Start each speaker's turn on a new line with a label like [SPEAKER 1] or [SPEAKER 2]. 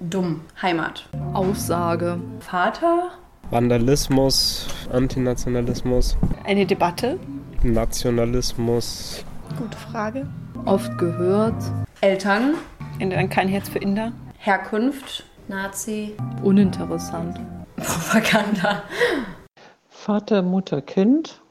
[SPEAKER 1] dumm. Heimat.
[SPEAKER 2] Aussage.
[SPEAKER 1] Vater.
[SPEAKER 3] Vandalismus, Antinationalismus,
[SPEAKER 4] Eine Debatte?
[SPEAKER 3] Nationalismus,
[SPEAKER 4] Gute Frage.
[SPEAKER 2] Oft gehört.
[SPEAKER 1] Eltern.
[SPEAKER 4] Und dann kein Herz für Inder?
[SPEAKER 1] Herkunft. Nazi.
[SPEAKER 2] Uninteressant.
[SPEAKER 1] Propaganda.
[SPEAKER 5] Vater, Mutter, Kind.